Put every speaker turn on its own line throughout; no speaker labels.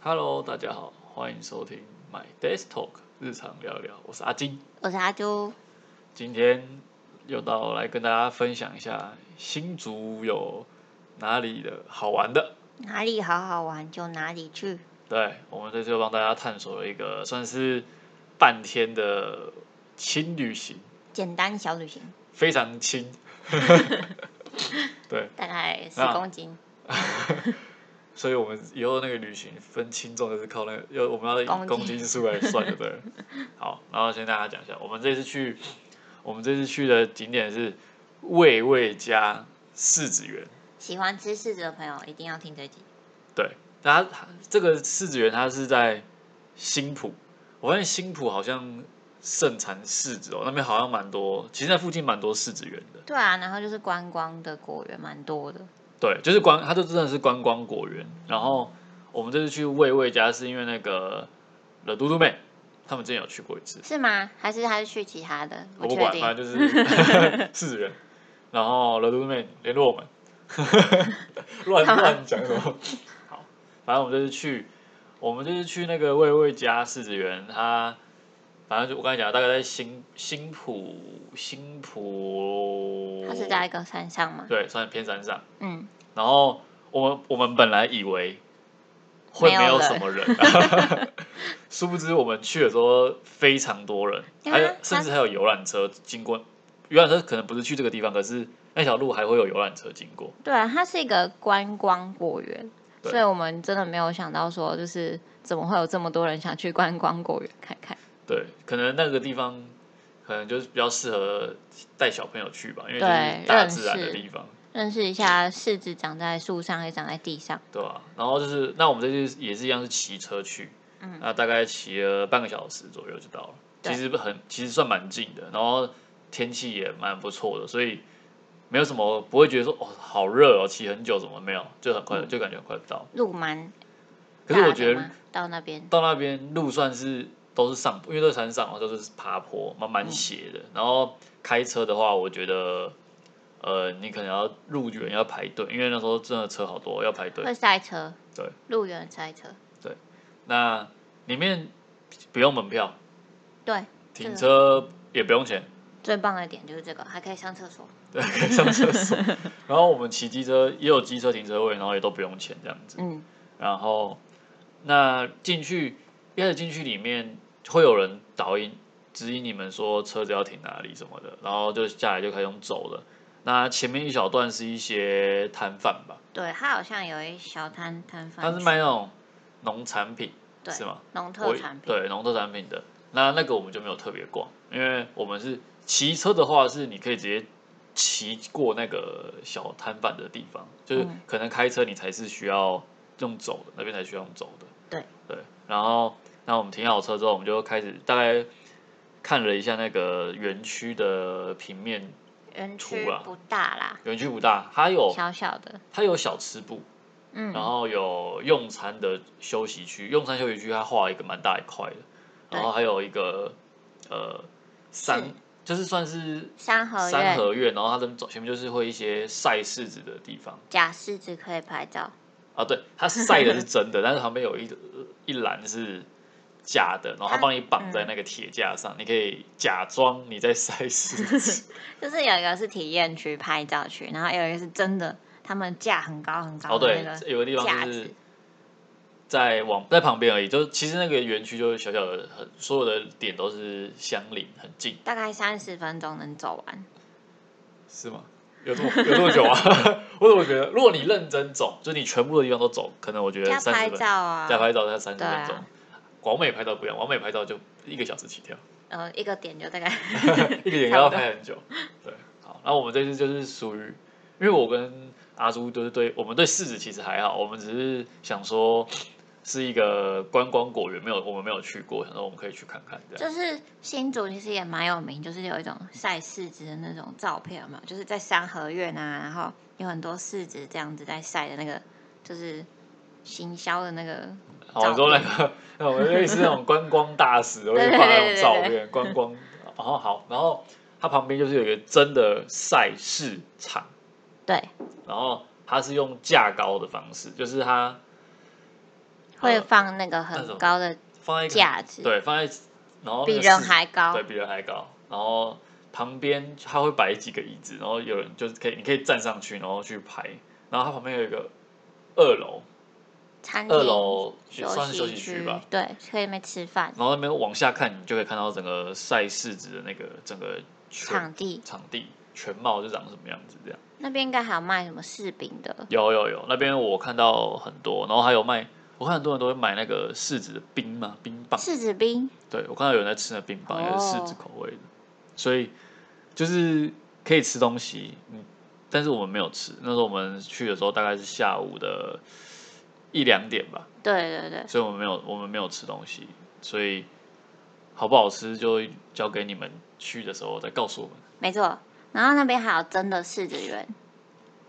Hello，大家好，欢迎收听 My Desk Talk 日常聊聊，我是阿金。
我是阿啾，
今天又到来跟大家分享一下新竹有哪里的好玩的。
哪里好好玩就哪里去。
对，我们这次又帮大家探索了一个算是半天的轻旅行，
简单小旅行，
非常轻。对，
大概十
那
公斤，
所以我们以后那个旅行分轻重就是靠那个，要我们要以公
公
斤
斤
数来算的，对 了。好，然后先大家讲一下，我们这次去，我们这次去的景点是味味家柿子园。
喜欢吃柿子的朋友一定要听这集。
对，它它这个柿子园它是在新浦，我发现新浦好像盛产柿子哦，那边好像蛮多，其实那附近蛮多柿子园的。
对啊，然后就是观光的果园蛮多的，
对，就是观，它就真的是观光果园。然后我们这次去味味家是因为那个了嘟嘟妹，他们之前有去过一次，
是吗？还是还是去其他的？
我不
确
管，反
定。
正就是 柿子人。然后了嘟嘟妹联络我们，乱
啊
乱讲什么？好，反正我们这次去，我们这次去那个味味家柿子园，它反正就我刚才讲的，大概在新新浦新浦，
它是在一个山上嘛，
对，算偏山上。
嗯，
然后我们我们本来以为会没
没有
有
人
什么人， 殊不知我们去的时候非常多人，
对啊
还有
它
甚至还有游览车经过。游览车可能不是去这个地方，可是那条路还会有游览车经过。
对啊，它是一个观光果园，
对
所以我们真的没有想到说，就是怎么会有这么多人想去观光果园看看？
对，可能那个地方可能就是比较适合带小朋友去吧，因为就
对
是大自然的
认识
地方，
认识一下柿子长在树上还是长在地上，
对吧、然后就是，那我们这次也是一样是骑车去，
嗯
那大概骑了半个小时左右就到了，其
对
实很其实算蛮近的，然后天气也蛮不错的，所以没有什么不会觉得说哦好热哦，骑很久怎么没有，就很快、就感觉很快到。
路蛮
可是
嗯大
我
的
觉得
嘛到那边
到那边路算是都是上坡，因为都是山上嘛，都是爬坡，蛮
嗯
蛮斜的。然后开车的话，我觉得呃你可能要入园要排队，因为那时候真的车好多要排队
会。塞车，
对，
路缘塞车，
那里面不用门票，
对，
停
对
车也不用钱。
最棒的点就是这个，还可以上厕所。
对，可以上厕 所。然后我们骑机车也有机车停车位，然后也都不用钱这样子。
嗯，
然后那进去一开始进去里面会有人导引指引你们说车子要停哪里什么的，然后就下来就开始用走了。那前面一小段是一些摊贩吧，
对，它好像有一小摊摊贩，
他是卖那种农产品，
对
是吗？
农
我
特产品，
对农特产品的。那那个我们就没有特别逛，因为我们是骑车的话，是你可以直接骑过那个小摊贩的地方，就是
嗯
可能开车你才是需要用走的，那边才需要用走的。
对
对，然后那我们停好车之后，我们就开始大概看了一下那个园区的平面，
园
土
区
啊
不大啦，
园区不大，它有
小小的，
它有小吃部，
嗯，
哦然后有用餐的休息区，用餐休息区它画一个蛮大一块的，
对
然后还有一个呃
是
三，就是算是
三合
三
院
合院，然后它的走前面就是会一些晒柿子的地方
假柿子可以拍照，
啊，对，它晒的是真的，但是旁边有一呃一栏是假的，然后它
它
帮你绑
嗯
在那个铁架上，你可以假装你在晒柿 子，
就是有一个是体验区拍照区，然后有一个是真的，他们架很高很
哦
高的
对
那个，
有个地
架
方就
子
是。在往在旁边而已，就其实那个园区就是小小的，很所有的点都是相邻，很近，
大概三十分钟能走完，
是吗？有这么有这么久啊？ 我怎么觉得，如果你认真走，就你全部的地方都走，可能我觉得
加
三
拍
十分
照啊，
加拍照才三十
对啊
分钟，完美拍照不一样，完美拍照就一个小时起跳，
呃，一个点就 大概
一个眼
差不
要
多
拍很久。对，好，那我们这次就是属于，因为我跟阿朱就是对我们对柿子其实还好，我们只是想说是一个观光果园，没有我们没有去过，想说我们可以去看看这样。
就是新竹其实也蛮有名，就是有一种晒柿子的那种照片，有没有？就是在三合院啊，然后有很多柿子这样子在晒的那个，就是行销的那个，
好，你说那个， 那我们类似那种观光大使，我就放那种照
对对对
片，观光。然后好，然后它旁边就是有一个真的赛事场，
对，
然后它是用架高的方式，就是它
会放那个
那种
很高的
放在一个
架子，
对，放在然后那
比
个
人
四
还高
对，比人还高。然后旁边他会摆几个椅子，然后有人就是可以，你可以站上去，然后去拍。然后它旁边有一个二楼，
餐厅
二楼也算是休
嗯休
息区
区
吧。，
对，可以那边吃饭，
然后那边往下看，你就可以看到整个赛事子的那个整个全
场地
场地全貌是长什么样子这样。
那边应该还有卖什么柿饼的，
有有有，那边我看到很多，然后还有卖，我看很多人都会买那个柿子的冰嘛，冰棒。
柿子冰，
对，我看到有人在吃那冰棒，也是柿子
哦
口味的，所以就是可以吃东西，嗯，但是我们没有吃。那时候我们去的时候大概是下午的一两点吧，
对对对，
所以我们没有我们没有吃东西，所以好不好吃就交给你们去的时候再告诉我们。
没错。然后那边还有真的柿子园、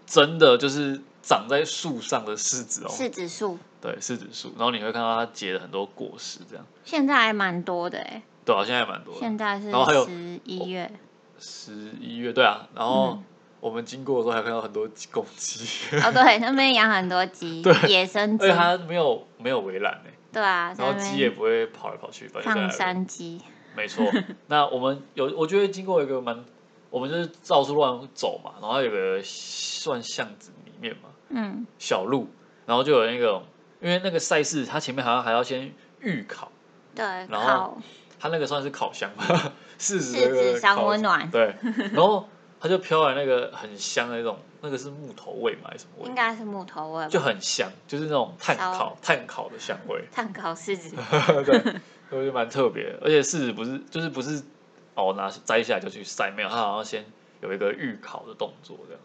真的就是长在树上的柿子哦，
柿子树，
对，柿子树，然后你会看到它结了很多果实，这样，
现在还蛮多的哎、
对啊，现在也蛮多的。
现在是
然后还有哦
十一月，
十一月，对啊，然后
嗯
我们经过的时候还看到很多公鸡，
哦对，那边养很多鸡
对，
野生
而
鸡
且，它没有没有围栏哎，
对啊，
然
在
后
那
鸡也
边
不会跑来跑去，反正就
放
在那边
山鸡，
没 错。那我们有，我觉得经过一个蛮，我们就是到处乱走嘛，然后有个算巷子里面嘛，
嗯，
小路，然后就有那个，因为那个赛事它前面好像还要先预烤，
对，
后
烤
它那个算是烤箱 吧，柿子那
柿
个
子三
烤
温暖，
对，然后它就飘来那个很香的那种，那个是木头味嘛还是什么
应
味？
该是木头味
就
吧，
很香，就是那种炭
烧
烤炭烤的香 味，
炭烤 柿子，
对，所以就蛮特别的。而且柿子不是就是不是哦拿摘下来就去晒，没有，它好像先有一个预烤的动作，这样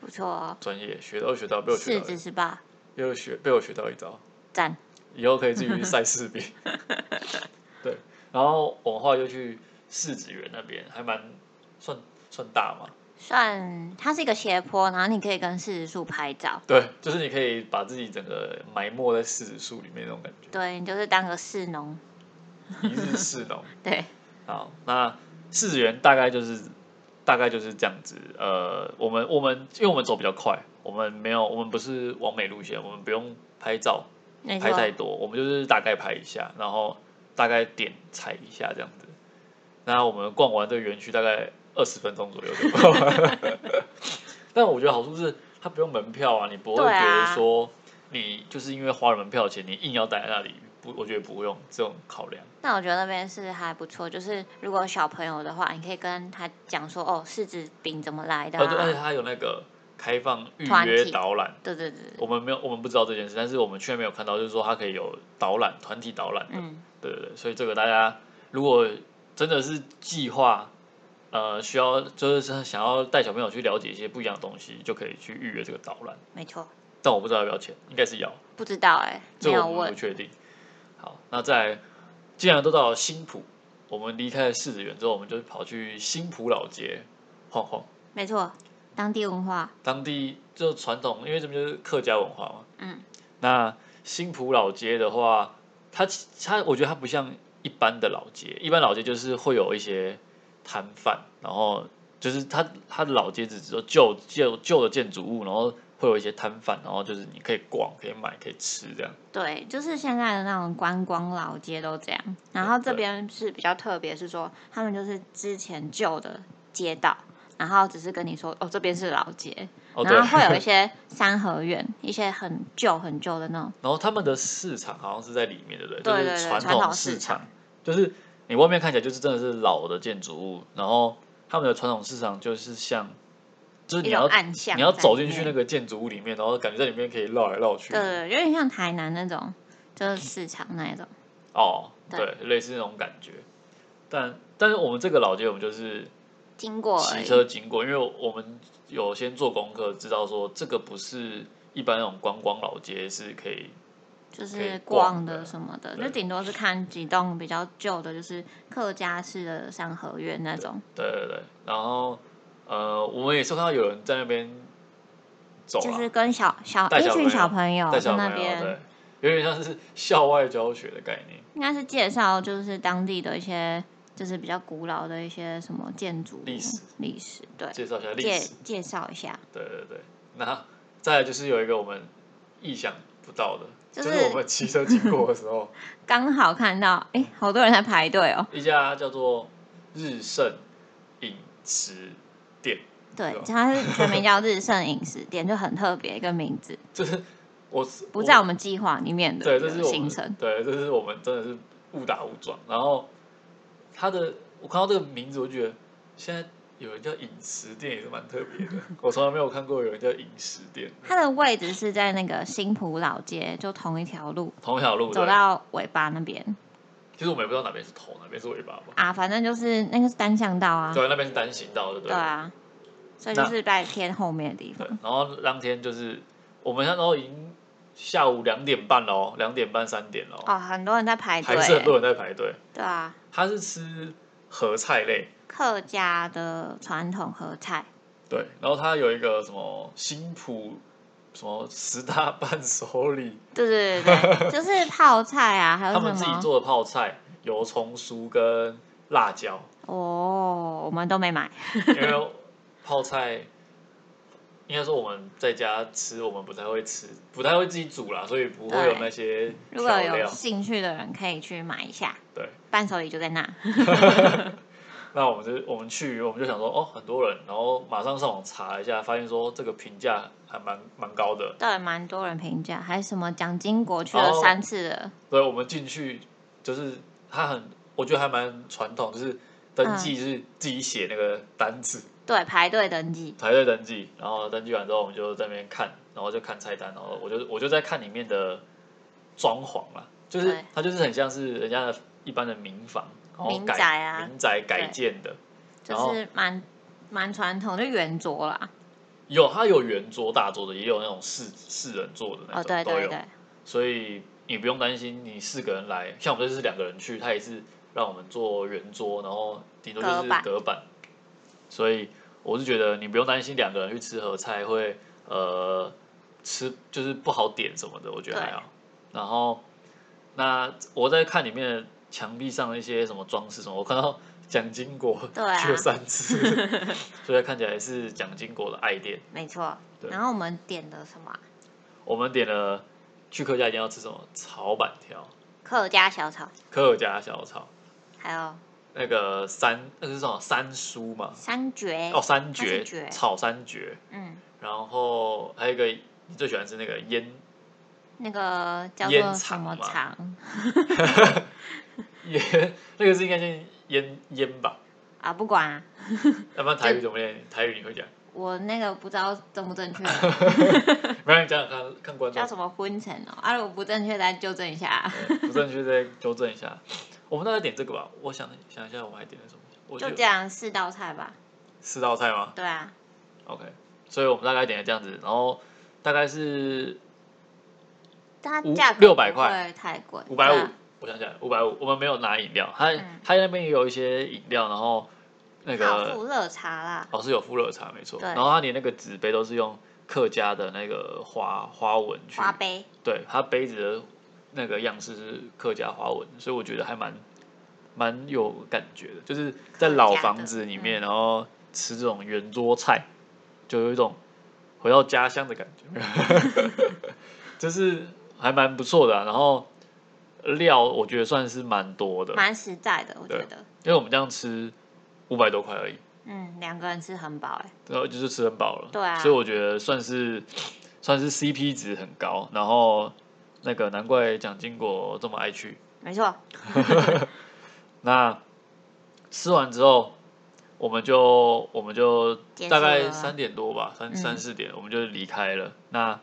不错哦，
专业学到学到被我学
柿
到
子
一，
是吧？
被我学被我学到一招，
赞，
以后可以自己去晒柿 饼。对，然后我后来就去柿子园那边，还蛮算算大嘛，
算它是一个斜坡，然后你可以跟柿子树拍照，
对，就是你可以把自己整个埋没在柿子树里面那种感觉，
对，你就是当个士农，
一日柿农。
对，
好，那柿子园大概就是大概就是这样子。呃，我们我们因为我们走比较快，我们没有我们不是往美路线，我们不用拍照
没错
拍，太多，我们就是大概拍一下，然后大概点踩一下这样子。那我们逛完这个园区大概二十分钟左右就逛完了。 但我觉得好处是它不用门票啊，你不会
对
觉
啊
得说你就是因为花了门票钱，你硬要待在那里，不，我觉得不用这种考量。
那我觉得那边是还不错，就是如果有小朋友的话，你可以跟他讲说，哦，柿子饼怎么来的
啊，对，而且
啊？
它有那个开放预
团
约
体
导览，
对对对，对
我们没有，我们不知道这件事，但是我们却没有看到，就是说它可以有导览，团体导览的，
嗯，
对对对，所以这个大家如果真的是计划，呃，需要就是想要带小朋友去了解一些不一样的东西，就可以去预约这个导览，
没错，
但我不知道要不要钱，应该是要，
不知道哎、
这
没
个
有
我们不
问，
确定。好，那在既然都到了新浦，我们离开了柿子园之后，我们就跑去新浦老街晃晃。
没错，当地文化，
当地就传统，因为这边就是客家文化嘛。
嗯，
那新浦老街的话，它其它我觉得它不像一般的老街，一般老街就是会有一些摊贩，然后就是它它的老街只是说旧旧旧的建筑物，然后会有一些摊贩，然后就是你可以逛、可以买、可以吃这样。
对，就是现在的那种观光老街都这样。然后这
对
边是比较特别，是说他们就是之前旧的街道，然后只是跟你说，哦，这边是老街，
哦，对，
然后会有一
然
些三合院， 一些很旧很旧的那种，
后他们的市场好像是在里面，对不对？
对对
就
对
是传
传
统
统
市
市
场
场，
就是你外面看起来就是真的是老的建筑物，然后他们的传统市场就是像，就是
一
你
种
要
暗巷。
你要走进去那。个建筑物里面，然后感觉在里面可以绕来绕去。
对对，对有点像台南那种，就是市场那一种。
哦，
对
对，类似那种感觉。但但是我们这个老街，我们就是
经过而
骑
已
车经过，因为我们有先做功课，知道说这个不是一般那种观光老街是可以。
就
可以
是
逛
逛
的
的什么的，
对
就顶多是看几栋比较旧的，就是客家式的三合院那种
对对对，然后呃，我们也是看到有人在那边走
就
了
是，跟小小
带
一
小朋
群
友
小朋友
带
在
小朋
那
友对
边，，
有点像是校外教学的概念，
应该是介绍就是当地的一些就是比较古老的一些什么建筑
历史
历史对
介绍一下历
介
史。
介绍一下，
对对对，那再来就是有一个我们意想不到的，
就
就是
是
我们骑车经过的时候，
刚好看到，哎，好多人在排队哦。
一家叫做日盛饮食店，
对
对，哦
它是全名叫日盛饮食店，就很特别一个名字，
就是我是
不在我们计划里面的
对，
一
这是
个
我
行
们
程。
对，这是我们真的是误打误撞。然后他的我看到这个名字，我就觉得现在有人叫饮食店也是蛮特别的，我从来没有看过有人叫饮食店。
它的位置是在那个新浦老街，就同一条路
同一条路
走
对，
到尾巴那边
其实我们也不知道哪边是头，哪边是尾巴吧。
啊，反正就是那个是单向道啊，
对，那边是单行道，对不
对啊，所以就
那
是在偏后面的地
对
方。，
然后当天就是我们那时候已经下午两点半喽，两点半三点喽，
哦，很多人在排队
还是很
欸，
多人在排队。
对啊，
他是吃合菜类，
客家的传统和菜，
对，然后他有一个什么新浦什么十大伴手礼，
对对 对对，就是泡菜啊，还有
他
什
们自己
么？
做的泡菜、油葱酥跟辣椒，
哦，我们都没买，
因为泡菜。应该说我们在家吃，我们不太会吃，不太会自己煮啦，所以不会有
对
那些
如果
调
有
料。
兴趣的人可以去买一下，
对，
伴手礼就在那。
那我们就我们去，我们就想说，哦，很多人，然后马上上网查一下，发现说这个评价还蛮蛮高的，
倒也蛮多人评价，还什么蒋经国去了
哦
三次的，
所以我们进去就是他很，我觉得还蛮传统，就是登
嗯
记是自己写那个单子，
对，排队登记，
排队登记，然后登记完之后我们就在那边看，然后就看菜单，然后我就我就在看里面的装潢啦，就是
对
它就是很像是人家的一般的民房，然后
民
改
宅啊，
民宅改
对
建的，然
就
后
是蛮蛮传统，就圆桌啦。
有它有圆桌大桌的，也有那种四四人座的那种，
哦，对
都
对
有。
对，
所以你不用担心，你四个人来，像我们这次两个人去，他也是让我们做圆桌，然后顶多就是
隔板
隔板。所以我是觉得你不用担心两个人去吃合菜会呃吃就是不好点什么的，我觉得还好。然后那我在看里面的墙壁上的一些什么装饰什么，我看到蒋经国
对啊
去了三次， 所以看起来是蒋经国的爱店。
没错。
对
然后我们点的什么啊
我们点了去客家一定要吃什么炒板条。
客家小炒，
客家小炒，
还有
那个三那个是什么三叔嘛？
三绝，
哦，三
它
绝
是蕨
炒三绝，
嗯，
然后还有一个你最喜欢吃那个腌
那个叫
烟
做什
肠
么
嘛
肠
腌，那个是应该是腌腌吧？
啊？不管啊，
要不然台语怎么念？台语你会讲？
我那个不知道正不正 确，
没有，你讲讲看，看观
叫
众
什么昏沉哦。啊，如果不正确，再纠正一下啊。
对不正确再纠正一下。我们大概点这个吧，我想想一下，我们还点了什么？我
就
觉
这
得
样四道菜吧。
四道菜吗
对啊，
？OK，所以我们大概点了这样子，然后大概是
它
五
价格
600
不
块
会太贵，
五百
对
五
啊，
我想起来，五百五，我们没有拿饮料，他
嗯
他那边也有一些饮料，然后那
它有
个
附热茶啦，
哦是有富热茶没错，
对
然后他连那个纸杯都是用客家的那个花花纹去，
花杯，
对，他杯子的那个样式是客家花纹，所以我觉得还蛮蛮有感觉的，嗯就是在老房子里面，然后吃这种圆桌菜，就有一种回到家乡的感觉， 就是还蛮不错的啊、然后料我觉得算是蛮多的，
蛮实在的，我觉
对
得。
因为我们这样吃五百多块而已，
嗯，两个人吃很饱哎、
然后就是吃很饱了，
对啊
所以我觉得算是算是 CP 值很高，然后那个难怪蒋经国这么爱去。
没错，
那吃完之后，我们就我们就
结束
大概
了
三点多吧，三
嗯
三四点我们就离开了。那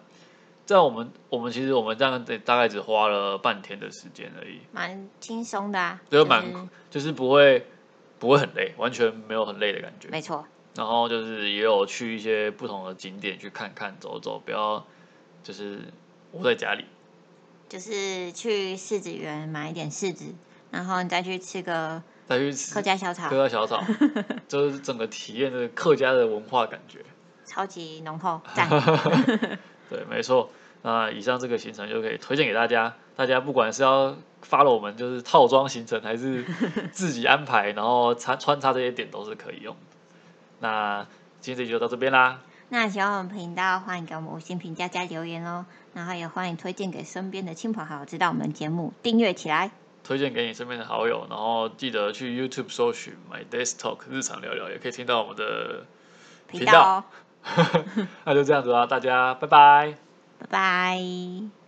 在我们我们其实我们这样大概只花了半天的时间而已，
蛮轻松的啊，
就是
是
蛮就是不会不会很累，完全没有很累的感觉。
没错，
然后就是也有去一些不同的景点去看看走走，不要就是窝在家里。
就是去柿子园买一点柿子，然后你再去吃个
再去吃
客家小炒，
客家小 炒，就是整个体验的客家的文化感觉。
超级浓厚，赞。
对，没错。那以上这个行程就可以推荐给大家，大家不管是要 follow 我们就是套装行程，还 是自己安排，然后穿穿插这些点都是可以用的。那今天这集就到这边啦，
那喜欢我们频道，欢迎给我们五星评价加留言哦。然后也欢迎推荐给身边的亲朋好友知道我们节目，订阅起来。
推荐给你身边的好友，然后记得去 YouTube 搜寻 My Desk Talk 日常聊聊，也可以听到我们的。
频
频
道哦，
那就这样子啦，大家拜拜。
拜拜。